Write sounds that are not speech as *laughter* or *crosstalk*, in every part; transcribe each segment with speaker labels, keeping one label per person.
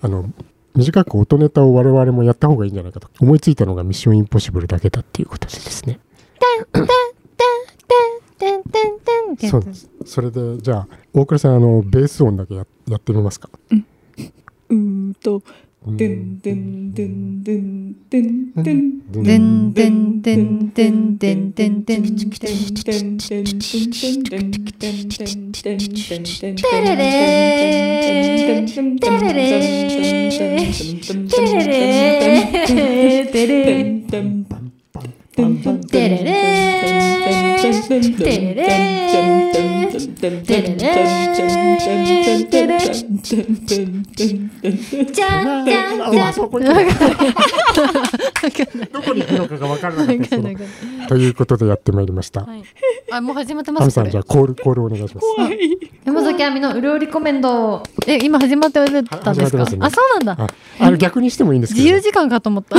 Speaker 1: あの短く音ネタを我々もやった方がいいんじゃないかと思いついたのがミッションインポッシブルだけだっていうことでですね。
Speaker 2: てんてんてんってやつ
Speaker 1: そうですそれでじゃあ大倉さんあのベース音だけややってみますか。
Speaker 3: うーんと、
Speaker 1: うん
Speaker 3: でんでんでんでんでん
Speaker 2: でんで
Speaker 3: でん。
Speaker 2: んでんでんでんでんでん
Speaker 3: れれ
Speaker 2: テレレテレレテレレテレレテレレテレレテレレじゃんじゃんじゃん
Speaker 1: あそこにどこに行くのかが分からなかったですけどということでやってまいりました。
Speaker 2: はいあもう始まってま
Speaker 1: アミ
Speaker 2: す
Speaker 1: さ
Speaker 2: こ
Speaker 1: ん
Speaker 2: れ
Speaker 1: じゃあコールコールお願いします。
Speaker 2: 山崎亜美の潤いリコメンドえ今始まってたんですか
Speaker 1: は始まってますね
Speaker 2: あそうなんだ
Speaker 1: ああの逆にしてもいいんですけ
Speaker 2: 自由
Speaker 1: ど、
Speaker 2: 時間かと
Speaker 1: *laughs*
Speaker 2: 思った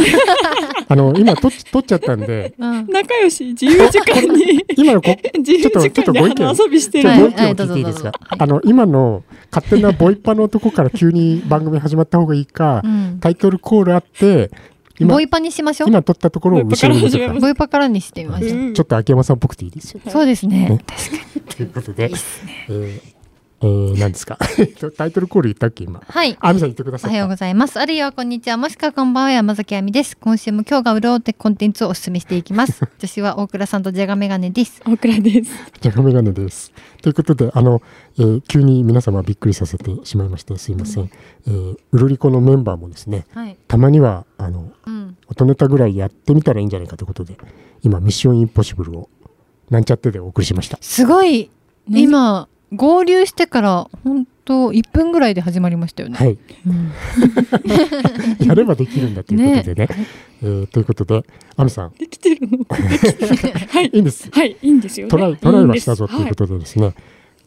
Speaker 1: あの今取っ取っちゃったんで、
Speaker 2: うん
Speaker 3: 仲良し自由時間に
Speaker 1: 今のこ
Speaker 3: 自由時間で遊びして
Speaker 1: ちょっとご
Speaker 2: はい
Speaker 3: る
Speaker 1: 意見を
Speaker 2: ど
Speaker 1: 聞い
Speaker 2: うぞ
Speaker 1: ていいですか、
Speaker 2: どうぞはい
Speaker 1: あの今の勝手なボイパのとこから急に番組始まった方がいいか、
Speaker 2: *laughs* うん
Speaker 1: タイトルコールあって今
Speaker 2: ボイパにしましょう
Speaker 1: 今撮ったところを後ろに見せた
Speaker 3: ボ
Speaker 2: ボ
Speaker 3: イパから始めま
Speaker 2: イパからにしてみましょ
Speaker 1: ちょっと秋山さんっぽくていいですよね。
Speaker 2: うそうですね
Speaker 1: ね
Speaker 2: 確か
Speaker 1: *laughs*
Speaker 2: に
Speaker 1: ということで、えーえー、何ですか *laughs* えっとタイトルコール言ったっけ今。
Speaker 2: はい
Speaker 1: あみさん言ってくだ
Speaker 2: お
Speaker 1: さい。
Speaker 2: はようございます。あるいはこんにちは。もしくはこんばんは。山崎あみです。今週も今日が潤ってコンテンツをお勧めしてい
Speaker 1: *laughs*
Speaker 2: きます。女子は大倉さんとジャガメガネです。
Speaker 3: 大倉です
Speaker 1: じゃがメガネです。ということで、あの、えー急に皆様びっくりさせてしまいまして、すいません。えー、うるりこのメンバーもですね、
Speaker 2: はい。
Speaker 1: たまには、あの、
Speaker 2: うん。
Speaker 1: 音ネタぐらいやってみたらいいんじゃないかということで、今、ミッションインポッシブルを、なんちゃってでお送りしました。
Speaker 2: すごい、今、合流してから、本当1分ぐらいで始まりましたよね。
Speaker 1: はい。
Speaker 2: うん
Speaker 1: *laughs* やればできるんだということでね。えーということで、アミさん、
Speaker 3: できてるのはい
Speaker 1: いいんです。
Speaker 3: はいいいんですよ
Speaker 1: トライ、トライはしたぞということでですね、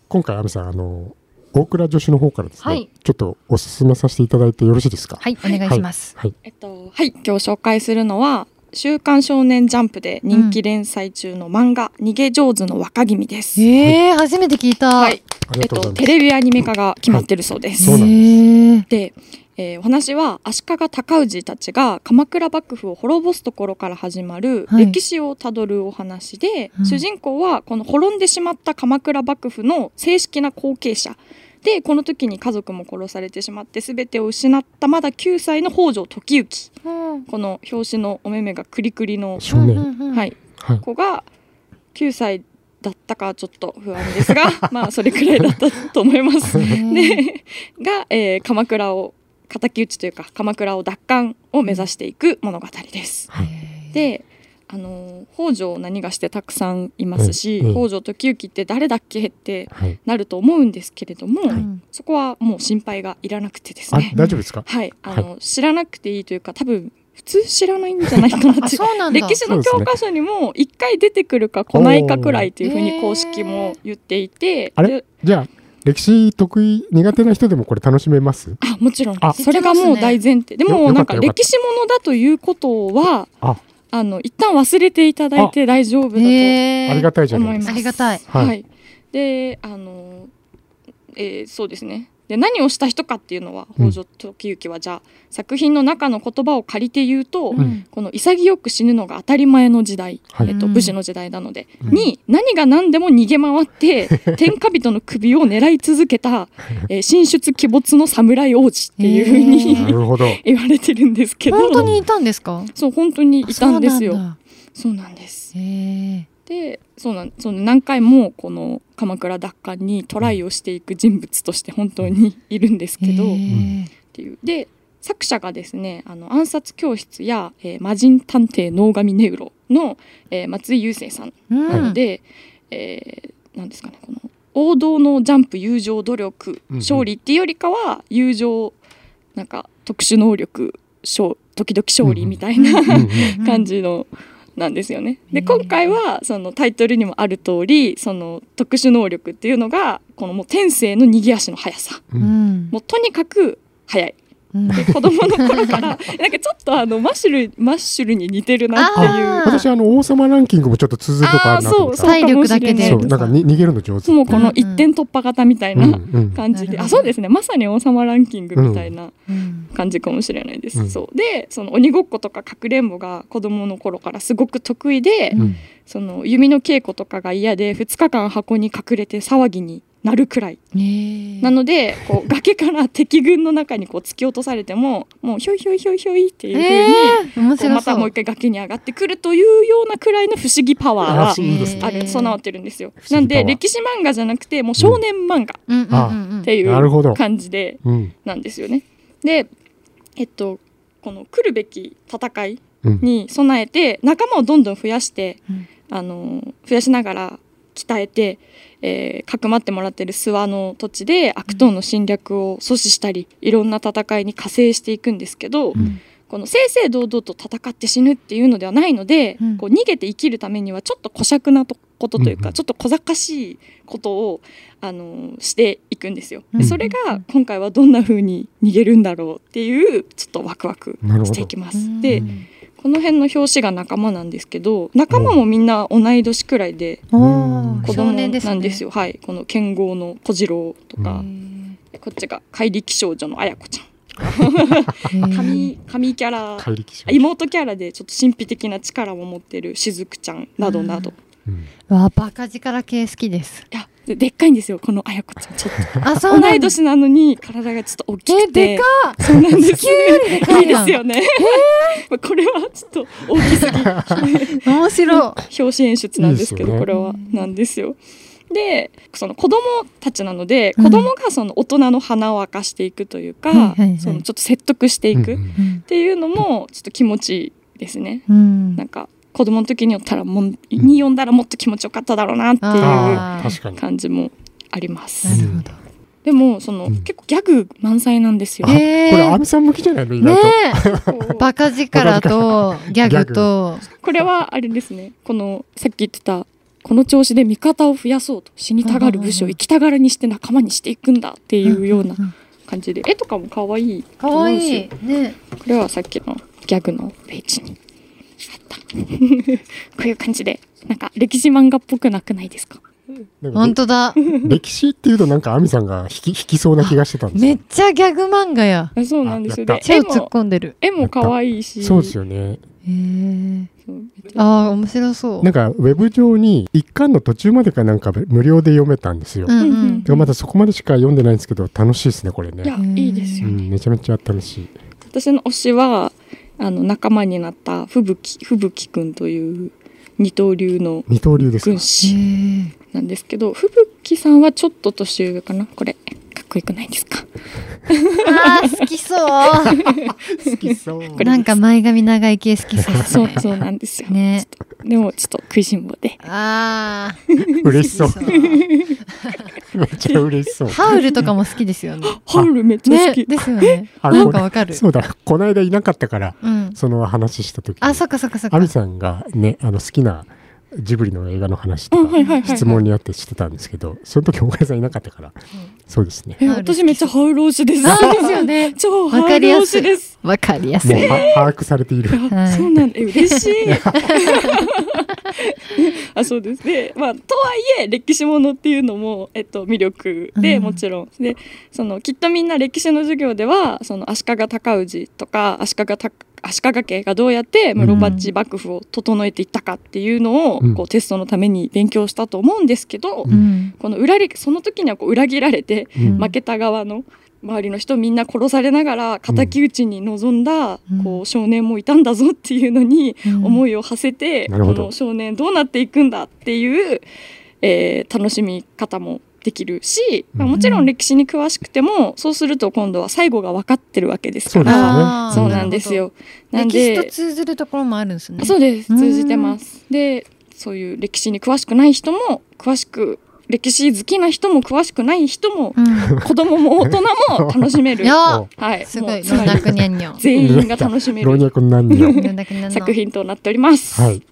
Speaker 1: 今回、アミさん、あの、大倉女子の方からですね、
Speaker 2: はい
Speaker 1: ちょっとお勧めさせていただいてよろしいですか。
Speaker 2: はい、お願いします。
Speaker 1: はい。
Speaker 3: えっと、はい、今日紹介するのは、週刊少年ジャンプで人気連載中の漫画、逃げ上手の若君です。
Speaker 2: えー、初めて聞いた。
Speaker 3: はい、
Speaker 1: あり
Speaker 3: え
Speaker 1: が
Speaker 3: っ
Speaker 1: とうござ
Speaker 3: と、
Speaker 1: います。
Speaker 3: テレビアニメ化が決まってるそうです。
Speaker 1: そうなんです
Speaker 2: えー
Speaker 3: で、えーお話は足利尊氏たちが鎌倉幕府を滅ぼすところから始まる
Speaker 2: はい
Speaker 3: 歴史をたどるお話で、
Speaker 2: うん
Speaker 3: 主人公はこの滅んでしまった鎌倉幕府の正式な後継者でこの時に家族も殺されてしまって全てを失ったまだ9歳の北条時行
Speaker 2: うん
Speaker 3: この表紙のお目目がクリクリの、
Speaker 1: 少年。
Speaker 2: うんうんうん
Speaker 3: はい、
Speaker 1: はい。
Speaker 3: 子が9歳だったかちょっと不安
Speaker 2: *laughs*
Speaker 3: ですがまあそれくらいだったと思います。
Speaker 2: えー
Speaker 3: で *laughs* が、えー鎌倉を敵討ちというか鎌倉を奪還を目指していく物語です。であのー北条何がしてたくさんいますし、
Speaker 1: うんうん
Speaker 3: 北条時行って誰だっけって
Speaker 1: はい。
Speaker 3: なると思うんですけれども、
Speaker 2: うん
Speaker 3: そこはもう心配がいらなくてです
Speaker 1: あ、
Speaker 3: ね
Speaker 1: 大丈夫ですか。
Speaker 3: はい、あの、知らなくていいというか、多分普通知らないんじゃないかなっ
Speaker 2: あ、
Speaker 3: て。
Speaker 2: そうなんだ。
Speaker 3: 歴史の教科書にも一回出てくるか来ないかくらいというふう
Speaker 2: お
Speaker 3: に
Speaker 2: ー
Speaker 3: 公式も言っていて、
Speaker 1: あ
Speaker 3: で
Speaker 1: れ、じゃあ、歴史得意苦手な人でもこれ楽しめます。
Speaker 3: あもちろん
Speaker 1: あ
Speaker 3: それがもう大前提で
Speaker 1: よ
Speaker 3: も
Speaker 1: よか
Speaker 3: な
Speaker 1: った
Speaker 3: んか
Speaker 1: よかった
Speaker 3: 歴史ものだということは
Speaker 1: あ、
Speaker 3: あの一旦忘れていただいて大丈夫だと思い
Speaker 2: えー
Speaker 1: ありがたいじゃない
Speaker 3: ま
Speaker 1: です
Speaker 2: あ
Speaker 3: す。
Speaker 2: りがたい
Speaker 1: はい
Speaker 3: はい、であの、えーそうですねで何をした人かっていうのは
Speaker 1: うん
Speaker 3: 北条時行はじゃあ、作品の中の言葉を借りて言うと、
Speaker 2: うん
Speaker 3: この潔く死ぬのが当たり前の時代、
Speaker 1: か。は
Speaker 3: え
Speaker 1: い
Speaker 3: っ。
Speaker 2: う
Speaker 3: と、
Speaker 2: ん
Speaker 3: 武士の時代なので、
Speaker 1: うん
Speaker 3: に何が何でも逃げ回っ
Speaker 2: *laughs*
Speaker 3: て天下人の首を狙い続けた、えー神出鬼没の侍王子っていうふうに、
Speaker 2: え
Speaker 1: *laughs* なるほど。
Speaker 3: *laughs* 言われてるんですけど
Speaker 2: 本当にいたんですか
Speaker 3: そう本当にいたんですよ。
Speaker 2: あそ
Speaker 3: そうう
Speaker 2: なんだ
Speaker 3: なんです
Speaker 2: えー
Speaker 3: でそうなんそう何回もこの鎌倉奪還にトライをしていく人物として本当にいるんですけど、
Speaker 2: へ
Speaker 3: っ
Speaker 2: ー
Speaker 3: ていうで作者がですねあの暗殺教室や、えー魔人探偵能神ネウロの、えー松井雄生さん
Speaker 2: うん
Speaker 1: は
Speaker 3: なので、えーなんですかねこの王道のジャンプ友情努力
Speaker 1: うんうん
Speaker 3: 勝利っていうよりかは友情なんか特殊能力勝時々勝利みたいな、
Speaker 2: うん
Speaker 1: うんうん
Speaker 3: 感じのなんですよね。で
Speaker 2: うん
Speaker 3: 今回はそのタイトルにもある通りその特殊能力っていうのがこのもう天性の逃げ足の速さ
Speaker 1: う
Speaker 2: うんん
Speaker 3: もうとにかく速い
Speaker 2: *laughs* うん
Speaker 3: で子供の頃
Speaker 2: *laughs*
Speaker 3: からなんかちょっとあのマッシュルマッシュルに似てるなっていう
Speaker 2: あー
Speaker 1: 私、あの、王様ランキングもちょっと続くとかあるなと思った
Speaker 3: あー
Speaker 2: 体力だけで
Speaker 1: そ、
Speaker 3: そうう
Speaker 1: なんか、に、逃げるの上手。
Speaker 3: もうこの一点突破型みたい
Speaker 1: うん、う。
Speaker 3: なん感じで、
Speaker 2: うん
Speaker 3: あそうですねまさに王様ランキングみたいな
Speaker 2: うん
Speaker 3: 感じかもしれないです。
Speaker 1: うん
Speaker 3: そうでその鬼ごっことかかくれんぼが子供の頃からすごく得意で、
Speaker 1: うん
Speaker 3: その弓の稽古とかが嫌で2日間箱に隠れて騒ぎになるくらい
Speaker 2: ねえ
Speaker 3: なのでこう崖から敵軍の中にこう突き落とされてももうひょいひょいひょいひょいっていう風に、
Speaker 2: ええ面
Speaker 3: こう
Speaker 2: 白
Speaker 3: また
Speaker 2: そう
Speaker 3: もう一回崖に上がってくるというようなくらいの不思議パワー
Speaker 1: あ
Speaker 3: は
Speaker 1: そういいですね
Speaker 3: ある備わってるんですよ
Speaker 1: 不思議。
Speaker 3: な
Speaker 1: パ
Speaker 3: んで
Speaker 1: ワー
Speaker 3: 歴史漫画じゃなくてもう少年漫画っ
Speaker 2: うんうんうんうん
Speaker 3: てい
Speaker 1: なる
Speaker 3: う
Speaker 1: ほど
Speaker 3: 感じで
Speaker 1: うん
Speaker 3: なんですよね。でえっとこの来るべき戦い
Speaker 1: うん
Speaker 3: に備えて仲間をどんどん増やして、
Speaker 2: うん
Speaker 3: あの増やしながら鍛えて、えーかくまってもらってる諏訪の土地で悪党の侵略を阻止したりいろんな戦いに加勢していくんですけど、
Speaker 1: うん
Speaker 3: この正々堂々と戦って死ぬっていうのではないので、
Speaker 2: うん
Speaker 3: こう逃げて生きるためにはちょっと小酌なとことという
Speaker 1: うん
Speaker 3: か、
Speaker 1: うん
Speaker 3: ちょっと小賢しいことを、あのしていくんですよ。
Speaker 2: うん
Speaker 3: でそれが今回はどんな風に逃げるんだろうっていうちょっとワクワク
Speaker 1: なるほ
Speaker 3: してい
Speaker 1: ど
Speaker 3: きま
Speaker 2: うん
Speaker 3: す。でこの辺の表紙が仲間なんですけど仲間もみんな同い年くらいで
Speaker 2: おー
Speaker 3: 子
Speaker 2: 少
Speaker 3: 供
Speaker 2: 年ですね
Speaker 3: なんですよはいこの剣豪の小次郎と
Speaker 1: う
Speaker 3: か、
Speaker 2: へ
Speaker 3: こっちが怪力少女の綾子ちゃ
Speaker 2: え
Speaker 3: ん神神キャラ
Speaker 1: 怪力士
Speaker 3: 妹キャラでちょっと神秘的な力を持ってるしずくちゃんなどなど、
Speaker 1: うん
Speaker 2: わあバカ力系好きです
Speaker 3: いやででっかいんですよこの綾子ちゃんちょっと
Speaker 2: あそう
Speaker 3: 同
Speaker 2: ないんだ
Speaker 3: 年なのに体がちょっと大き
Speaker 2: え
Speaker 3: くて
Speaker 2: でかっ
Speaker 3: そうなんですよ
Speaker 2: でか
Speaker 3: いい
Speaker 2: い
Speaker 3: で
Speaker 2: やん
Speaker 3: すよね、まあこれはちょっと大きすぎ
Speaker 2: 面白
Speaker 3: 表紙演出なんですけど
Speaker 1: いいですよね
Speaker 3: これはなんですよ。でその子供たちなので
Speaker 2: うん
Speaker 3: 子供がその大人の鼻を明かしていくというか、
Speaker 2: はいはいはい
Speaker 3: そのちょっと説得していく
Speaker 1: う
Speaker 3: っ
Speaker 1: ん
Speaker 2: うん
Speaker 3: ていうのもちょっと気持ちいいですね。
Speaker 2: うん
Speaker 3: なんか子供の時によったらもんに呼んだらもっと気持ちよかっただろうなってい
Speaker 1: あ
Speaker 2: あ
Speaker 1: あ
Speaker 2: ー
Speaker 1: 確かに
Speaker 3: う感じもあります。
Speaker 2: なるほど
Speaker 3: でもその、
Speaker 1: うん
Speaker 3: 結構ギャグ満載なんですよ。
Speaker 1: あこ
Speaker 2: え
Speaker 1: れ亜美さん向きじゃないの意
Speaker 2: ね
Speaker 1: 外と
Speaker 2: えバカ力とギャ
Speaker 1: 力
Speaker 2: グと
Speaker 3: これはあれですねこのさっき言ってたこの調子で味方を増やそうと死にたがる武士を生きたがらにして仲間にしていくんだっていうような感じで絵とかも可愛い
Speaker 2: かわ
Speaker 3: と思うん
Speaker 2: い
Speaker 3: で
Speaker 2: いね
Speaker 3: すよこれはさっきのギャグのページにあったこういう感じでなんか歴史漫画っぽくなくないですか
Speaker 1: なんか
Speaker 2: 本当だ
Speaker 1: 歴史っていうとなんか亜美さんが引き引きそうな気がしてたんです
Speaker 2: め
Speaker 1: よ
Speaker 2: っちゃギャグ漫画や
Speaker 3: あそうなんですよ
Speaker 1: あや
Speaker 3: で
Speaker 1: った
Speaker 2: 手
Speaker 3: 絵
Speaker 2: を突っ
Speaker 3: も
Speaker 2: 込んでる
Speaker 3: 絵も可愛いし
Speaker 1: そうですよね
Speaker 2: へえ
Speaker 3: そう
Speaker 2: あー面白そう
Speaker 1: なんかウェブ上に一巻の途中までかなんか無料で読めたんですよ、
Speaker 2: うんう
Speaker 3: うんうんん
Speaker 1: でもまだそこまでしか読んでないんですけど楽しいですねこれ
Speaker 3: いや
Speaker 1: ね、
Speaker 3: いいです
Speaker 1: う
Speaker 3: よね、
Speaker 1: ん、めちゃめちゃ楽しい
Speaker 3: 私の推しはあの仲間になった吹雪吹雪くんという二刀流の
Speaker 1: 二刀流ですか
Speaker 3: 軍師
Speaker 2: へ
Speaker 3: なんですけど吹雪さんはちょっと年上かなこれかっこよくないですか
Speaker 2: えあー好きそう
Speaker 3: *laughs*
Speaker 1: 好き
Speaker 2: *laughs*
Speaker 1: そう
Speaker 3: これ
Speaker 2: なんか前髪長い系好きそうです
Speaker 3: そう
Speaker 2: ね
Speaker 3: そうなんですよ、
Speaker 2: ね
Speaker 3: ちょっとでもちょっと食いしん坊で
Speaker 2: あ
Speaker 1: 嬉し
Speaker 2: ー
Speaker 1: そ
Speaker 2: 好
Speaker 1: う
Speaker 2: きそ
Speaker 1: *laughs*
Speaker 2: う
Speaker 1: めっちゃ嬉しそう
Speaker 2: ハウルとかも好きですよね
Speaker 3: ハウルめっちゃ好
Speaker 2: ね
Speaker 3: き、
Speaker 2: ですよね *laughs*
Speaker 1: あ
Speaker 2: なんかわかる
Speaker 1: そうだこの間いなかったから
Speaker 2: うん
Speaker 1: その話した時
Speaker 2: あそっかそっかそっか
Speaker 1: 亜美さんがねあの好きなジブリの映画の話
Speaker 3: う
Speaker 1: と
Speaker 3: んは
Speaker 1: か
Speaker 3: いはいはいはい
Speaker 1: 質問にあってしてたんですけどその時岡井さんいなかったからそうですね
Speaker 3: え
Speaker 2: ハウル好き
Speaker 3: 私めっちゃハウル推しです
Speaker 2: そうですよね
Speaker 3: *laughs* 超ハ
Speaker 2: わ
Speaker 3: ウル
Speaker 2: かりや
Speaker 3: 推
Speaker 2: す
Speaker 3: しで
Speaker 2: い
Speaker 3: す。
Speaker 2: わかりやす
Speaker 1: もう
Speaker 2: い。
Speaker 1: は把握されている
Speaker 3: あ
Speaker 2: はい
Speaker 3: そうなんだえ嬉
Speaker 2: *laughs*
Speaker 3: しい *laughs* あそうですでまあとはいえ歴史ものっていうのも、えっと、魅力で
Speaker 2: うん
Speaker 3: もちろん、でそのきっとみんな歴史の授業ではその足利尊氏とか足利た足利家がどうやって室町幕府を整えていったかっていうのを、
Speaker 1: うん
Speaker 3: こうテストのために勉強したと思うんですけど、
Speaker 1: う
Speaker 2: うん。
Speaker 3: この裏その時にはこう裏切られて
Speaker 1: うん
Speaker 3: 負けた側の周りの人みんな殺されながら敵討ちに臨んだ、
Speaker 2: うん
Speaker 3: こう少年もいたんだぞっていうのに思いを馳せて、
Speaker 1: なるほ
Speaker 3: こ
Speaker 1: ど
Speaker 3: の少年どうなっていくんだっていう、えー楽しみ方もできるし、まあ
Speaker 1: うん
Speaker 3: もちろん歴史に詳しくてもそうすると今度は最後が分かってるわけです
Speaker 1: そ
Speaker 3: か
Speaker 1: うです
Speaker 3: ら
Speaker 1: よね
Speaker 2: あー
Speaker 3: そうなんですよ。なん
Speaker 2: 歴史と
Speaker 3: で
Speaker 2: 通ずるところもあるんですね。
Speaker 3: あそうです
Speaker 2: うん
Speaker 3: 通じてます。でそういう歴史に詳しくない人も詳しく歴史好きな人も詳しくない人も
Speaker 2: うん。
Speaker 3: 子供も大人も楽しめ
Speaker 2: *laughs*
Speaker 3: る。
Speaker 2: いや
Speaker 1: お
Speaker 2: あ、
Speaker 3: はい、
Speaker 2: すご
Speaker 3: もう
Speaker 2: い。
Speaker 3: つ
Speaker 2: ロ
Speaker 3: ま
Speaker 2: ンダ
Speaker 3: り
Speaker 2: クニャンニョン。
Speaker 3: 全員が楽しめ
Speaker 1: 老
Speaker 3: る
Speaker 1: 若男女
Speaker 3: *laughs*
Speaker 2: ロンダクニャンニョン
Speaker 3: 作。品となっております。
Speaker 1: はい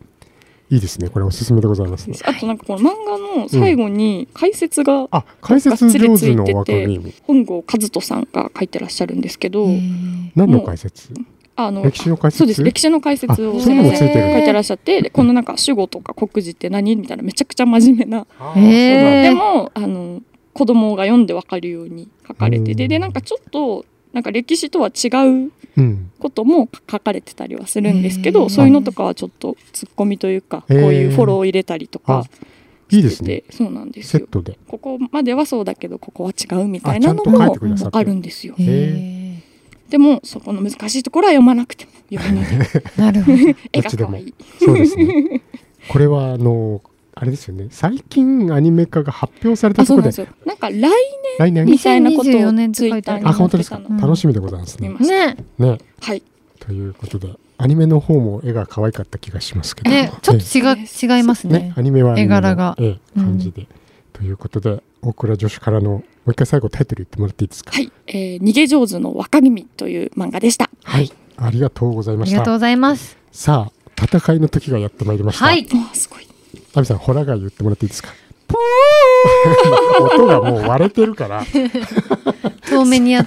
Speaker 1: いいですねこれおすすめでございますね
Speaker 3: あとなんかこの漫画の最後に解説が
Speaker 1: あ解説上手の若い意
Speaker 3: 本郷和人さんが書いてらっしゃるんですけど、
Speaker 2: へ
Speaker 1: 何の解説
Speaker 3: あの
Speaker 1: 歴史の解説
Speaker 3: そうです歴史の解説を
Speaker 1: あ
Speaker 3: す
Speaker 1: そう
Speaker 3: い
Speaker 1: いう
Speaker 3: ま
Speaker 1: のもつ
Speaker 3: せん
Speaker 1: いて
Speaker 3: 書
Speaker 1: る
Speaker 3: いてらっしゃってでこのなんか主語とか国字って何みたいなめちゃくちゃ真面目な
Speaker 1: あ
Speaker 2: ーへー
Speaker 3: でもあの子供が読んでわかるように書かれて
Speaker 1: う
Speaker 3: て
Speaker 1: ん
Speaker 3: でなんかちょっとなんか歴史とは違う
Speaker 1: うん
Speaker 3: ことも書かれてたりはするんですけど、
Speaker 2: うん
Speaker 3: そういうのとかはちょっとツッコミというか、
Speaker 1: えー
Speaker 3: こういうフォローを入れたりと
Speaker 1: あ
Speaker 3: か
Speaker 1: いいで
Speaker 3: し
Speaker 1: す
Speaker 3: てて
Speaker 1: ね
Speaker 3: そうなんです
Speaker 1: セ
Speaker 3: よ
Speaker 1: ッ。トで
Speaker 3: ここまではそうだけどここは違うみたい
Speaker 1: あ
Speaker 3: な
Speaker 1: ちゃ
Speaker 3: の
Speaker 1: んと書い
Speaker 3: も
Speaker 1: てくださって
Speaker 3: あるんですよ
Speaker 1: え。
Speaker 2: へ
Speaker 3: でもそこの難しいところは読まなくても読
Speaker 1: *laughs*
Speaker 3: みないで
Speaker 2: ーなるほど。
Speaker 3: 絵
Speaker 1: どっ
Speaker 3: が
Speaker 1: ちでも
Speaker 3: 可愛い。
Speaker 1: そうです
Speaker 3: *laughs*
Speaker 1: ねこれはあのあれですよね最近アニメ化が発表された
Speaker 3: あ
Speaker 1: と
Speaker 3: そ
Speaker 1: ころ
Speaker 3: うな
Speaker 1: で
Speaker 3: んですよ。なんか来年
Speaker 1: 来年
Speaker 3: みたいなこと
Speaker 2: 2024
Speaker 3: を
Speaker 2: 年って書
Speaker 3: ツイ
Speaker 2: い
Speaker 3: ッ
Speaker 2: てありま
Speaker 3: ターに
Speaker 1: あ
Speaker 3: 載
Speaker 1: 本
Speaker 3: っ
Speaker 1: 当で
Speaker 3: て
Speaker 1: す
Speaker 3: た
Speaker 1: か
Speaker 3: の
Speaker 2: ん
Speaker 1: 楽しみでございます
Speaker 3: 見
Speaker 1: ね
Speaker 3: ました。
Speaker 2: ね
Speaker 1: ね
Speaker 3: はい。
Speaker 1: ということでアニメの方も絵が可愛かった気がしますけども
Speaker 2: ねちょっと違
Speaker 3: そうで
Speaker 2: う違います
Speaker 1: ね
Speaker 2: ね
Speaker 1: ア。ニメはアニメ
Speaker 2: 絵柄が
Speaker 1: ええ感じで、ということで大倉女子からのもう一回最後タイトル言ってもらっていいですか
Speaker 3: はい、えー逃げ上手の若君という漫画でした。
Speaker 1: はいありがとうござい
Speaker 2: あ
Speaker 1: ま
Speaker 2: り
Speaker 1: し
Speaker 2: がとう
Speaker 1: た
Speaker 2: ございます。
Speaker 1: さあ戦いの時がやってまいりました
Speaker 2: はい。
Speaker 3: あすごい。
Speaker 1: ナミさんホラーが言ってもらっていいですか *laughs* 音がもう割れてるから
Speaker 2: 遠目にやっ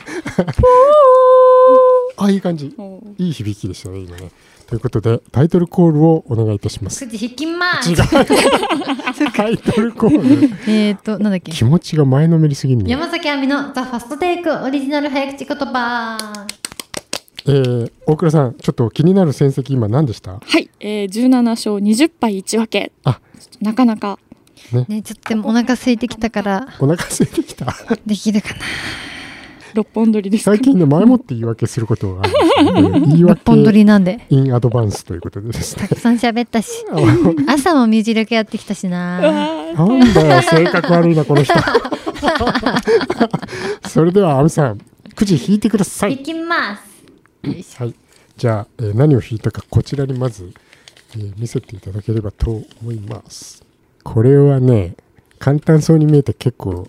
Speaker 1: あいい感じ
Speaker 3: もう
Speaker 1: いい響きでしたね今ねということでタイトルコールをお願いいたし
Speaker 2: *laughs*
Speaker 1: ます
Speaker 2: 口引きま
Speaker 1: 違う
Speaker 2: す。
Speaker 1: タイトルコール
Speaker 2: えっとなんだっけ。
Speaker 1: 気持ちが前のめりすぎるね
Speaker 2: 山崎亜美のザファストテイクオリジナル早口言葉。
Speaker 1: えー、大倉さんちょっと気になる戦績今何でした
Speaker 3: はい、えー、17勝20敗1分け。
Speaker 1: あ
Speaker 3: ちょっとなかなか
Speaker 2: ねちょっとでもお腹空いてきたから
Speaker 1: お腹空いてきた
Speaker 2: できるかな。
Speaker 3: 六本取りですか
Speaker 1: 最
Speaker 3: ら。
Speaker 1: 近ね前もって言い訳することがあるんですね *laughs* 言い
Speaker 2: 六本取
Speaker 1: 訳
Speaker 2: りなんで。
Speaker 1: インアドバンスということでですね。
Speaker 2: たくさん喋ったし
Speaker 1: あ
Speaker 2: 朝もミュージ力やってきたしな。
Speaker 1: なんだよ性格悪いなこの人 *laughs* それでは亜美さんくじ引いてくださ
Speaker 2: 行
Speaker 1: い
Speaker 2: きます。
Speaker 1: はいじゃあ、えー何を引いたかこちらにまず、えー見せていただければと思いますこれはね簡単そうに見えて結構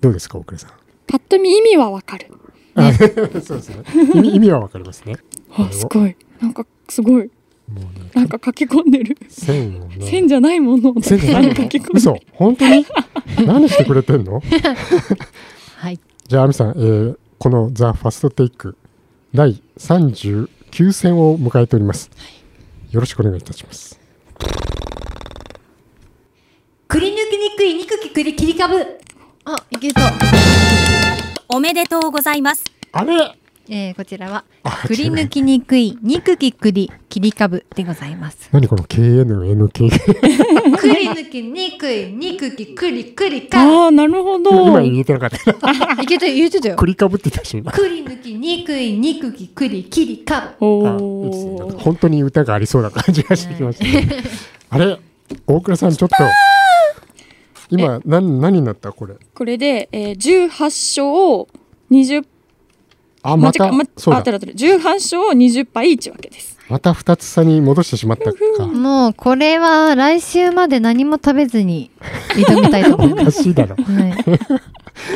Speaker 1: どうですか大倉さん
Speaker 3: パッと見意味はわかる。
Speaker 1: あそうですね意 *laughs* 味意味はわかりますね
Speaker 3: あ、すごい。なんかすごい。
Speaker 1: もうね
Speaker 3: なんか書き込んでる。
Speaker 1: 線をね
Speaker 3: 線じゃないものを
Speaker 1: 線じゃ *laughs* ないの
Speaker 3: 書き込んで
Speaker 1: 嘘本当に何してくれてんの
Speaker 2: はい。
Speaker 1: じゃあ亜美さん、えーこの「ザ・ファストテイク第39戦を迎えております、よろしくお願いいたします
Speaker 4: くり抜きにくい肉きくり切り株
Speaker 2: あ、いけそう。
Speaker 4: おめでとうございます
Speaker 1: あれ
Speaker 2: えー、こちらは
Speaker 1: あ、
Speaker 2: くり抜きにくい、肉きくり、切り株でござい *laughs* ます。
Speaker 1: 何この KNNK
Speaker 2: くり抜きにくい、肉きくりくりか。
Speaker 3: ああ、なるほ
Speaker 1: 今
Speaker 3: ど。
Speaker 1: 言えてな
Speaker 2: *laughs*
Speaker 1: かった
Speaker 2: いけた、言ってたよ。
Speaker 1: 繰りかぶってたし今あ
Speaker 2: くり抜きにくい、肉きくり、切り株。
Speaker 3: お
Speaker 1: いいですねなんか
Speaker 3: お。
Speaker 1: 本当に歌がありそうな感じがしてきましたね、
Speaker 2: *laughs*
Speaker 1: あれ大倉さんちょっと今何何になったこれ
Speaker 3: これで、えー、十八勝を二十
Speaker 1: あまた
Speaker 3: 間違え
Speaker 1: そう
Speaker 3: あ、て
Speaker 1: だ
Speaker 3: るてる。十八勝を二十敗一分けです。
Speaker 1: また2つ差に戻してしまったか
Speaker 2: もう、これは来週まで何も食べずに挑みたいと思い *laughs*
Speaker 1: お
Speaker 2: ま
Speaker 1: かしいだろ
Speaker 2: す。はい。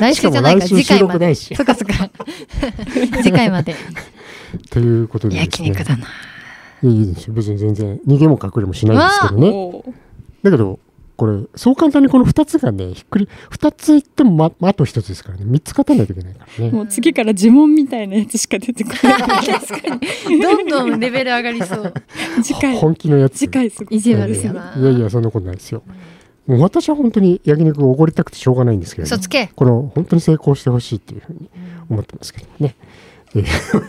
Speaker 2: 来週じゃないから、
Speaker 1: しかも来週
Speaker 2: 次回
Speaker 1: 収録
Speaker 2: ま
Speaker 1: な
Speaker 2: で。
Speaker 1: いし
Speaker 2: そっかそっか。 *laughs* 次回まで。
Speaker 1: ということでです
Speaker 2: 焼
Speaker 1: ね
Speaker 2: 肉だな。
Speaker 1: いやいいですよ別に全然逃げも隠れもしないんですけどね
Speaker 3: おー
Speaker 1: だけどこれそう簡単にこの2つがねひっくり2ついっても、ままあと1つですからね3つ勝たないといけないからね
Speaker 3: もう次から呪文みたいなやつしか出てこない。
Speaker 2: *laughs* 確かに。どんどんレベル上がりそう。
Speaker 3: *laughs* 次回。
Speaker 1: 本気のやつ
Speaker 3: 次回すごい。
Speaker 2: 意地
Speaker 1: いや
Speaker 2: 悪
Speaker 1: い
Speaker 2: だ
Speaker 1: や
Speaker 2: な。
Speaker 1: いやいやそんなことないですよもう私は本当に焼肉をおごりたくてしょうがないんですけれど
Speaker 2: 嘘
Speaker 1: も
Speaker 2: つけ。
Speaker 1: この本当に成功してほしいっていうふうに思ってますけどもね、えーというこ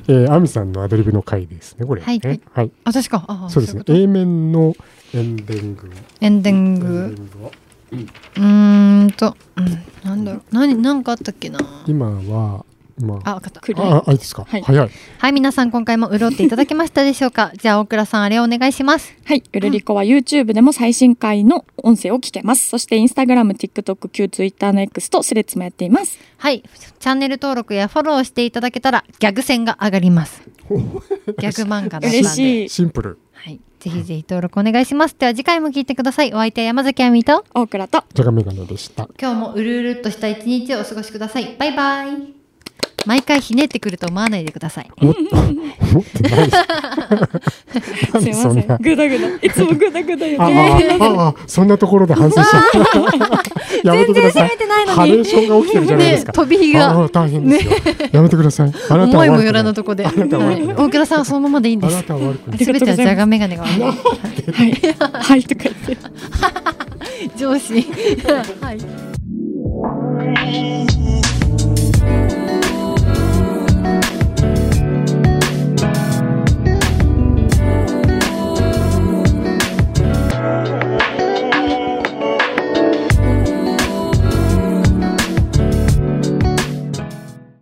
Speaker 1: とで、えー、アミさんのアドリブの回ですねこれね
Speaker 2: はいはい
Speaker 1: はい、
Speaker 2: *laughs* あ、確か。あ
Speaker 1: そうですね
Speaker 2: いこと
Speaker 1: A 面のエンディング
Speaker 2: エンディ
Speaker 1: エ
Speaker 2: ン
Speaker 1: ンデ
Speaker 2: グ。
Speaker 1: ィングを
Speaker 2: うーんと、うん、なんだろう、何、なんかあったっけな。
Speaker 1: 今はまあ
Speaker 2: あ、わかった。
Speaker 3: 暗い
Speaker 1: あ、あいいですか、
Speaker 3: はい
Speaker 1: 早い
Speaker 2: はい、皆さん、今回もうろっていただけましたでしょうか。じゃあ、大倉さん、あれをお願いします。
Speaker 3: はい、ウルリコは YouTube でも最新回の音声を聞けます。そして Instagram、TikTok、旧 Twitter の X とスレッズもやっています。
Speaker 2: はい、チャンネル登録やフォローしていただけたら、ギャグ戦が上がります。ギャグ漫画の
Speaker 3: 嬉しい。
Speaker 1: シンプル
Speaker 2: はい、ぜひぜひ登録お願いします。では、次回も聞いてください。お相手は山崎あみと、
Speaker 3: 大倉と
Speaker 1: じゃがメガネでした
Speaker 2: 今日もうるうるっとした一日をお過ごしください。バイバイ。毎回ひねってくると思わないでください。
Speaker 1: 思っ思ってないで
Speaker 2: *laughs*
Speaker 1: すなん
Speaker 3: す
Speaker 1: で
Speaker 3: い
Speaker 1: そ
Speaker 3: ま
Speaker 1: ん
Speaker 3: せ。
Speaker 1: なん
Speaker 3: グダグダ。いつもグダグダよ
Speaker 1: あ
Speaker 3: ね。
Speaker 1: あああそんなところで反省しちゃ
Speaker 2: *laughs*
Speaker 1: ったやめてください
Speaker 2: 全然攻めてないのに
Speaker 1: ハレーションが起きてるじゃないですか、
Speaker 2: ね飛び火が
Speaker 1: ああ大変ですよ、やめてくださいあなた
Speaker 2: 思
Speaker 1: はい
Speaker 2: も
Speaker 1: 悪
Speaker 2: よ
Speaker 1: くな
Speaker 2: ら
Speaker 1: い
Speaker 2: ぬとこで。は
Speaker 1: あなたは悪
Speaker 2: い
Speaker 1: くない
Speaker 2: 大倉さんはそのままでいいんで
Speaker 1: あ
Speaker 2: す
Speaker 1: な。たは悪くない
Speaker 3: り
Speaker 2: す
Speaker 3: がと
Speaker 2: べ
Speaker 3: うご
Speaker 2: て
Speaker 3: ざ
Speaker 2: はジ
Speaker 3: います
Speaker 2: ャガメガネが悪い。
Speaker 3: はい。はいとか言って。
Speaker 1: *laughs*
Speaker 2: 上司。はい。
Speaker 5: 「